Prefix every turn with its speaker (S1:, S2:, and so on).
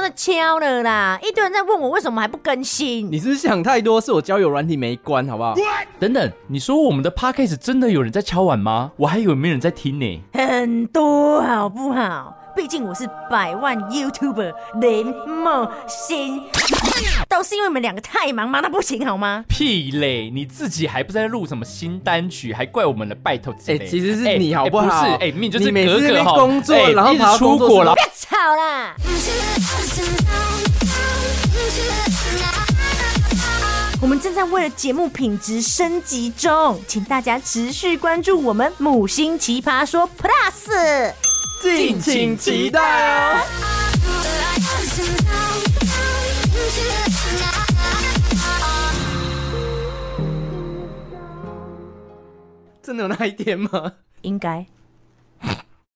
S1: 的敲了啦！一堆人在问我为什么还不更新，
S2: 你是不是想太多？是我交友软体没关，好不好？
S3: 等等，你说我们的 podcast 真的有人在敲碗吗？我还以为没人在听呢。
S1: 很多好不好？毕竟我是百万 YouTuber 林梦欣，都是因为你们两个太忙忙到不行好吗？
S3: 屁嘞！你自己还不在录什么新单曲，还怪我们的拜托之
S2: 哎、
S3: 类
S2: 其实是
S3: 哎
S2: 你好不
S3: 哎
S2: 好？
S3: 不是，哎，命就是
S2: 你每
S3: 格
S2: 次
S3: 格
S2: 在
S3: 好
S2: 工作，
S3: 哎
S2: 然后
S3: 一直
S2: 跑到
S3: 出
S2: 工作
S3: 国
S2: 室
S3: 了
S1: 不。要吵啦！我们正在为了节目品质升级中，请大家持续关注我们母星奇葩说 Plus。
S2: 敬请期待哦。真的有那一天吗？
S1: 应该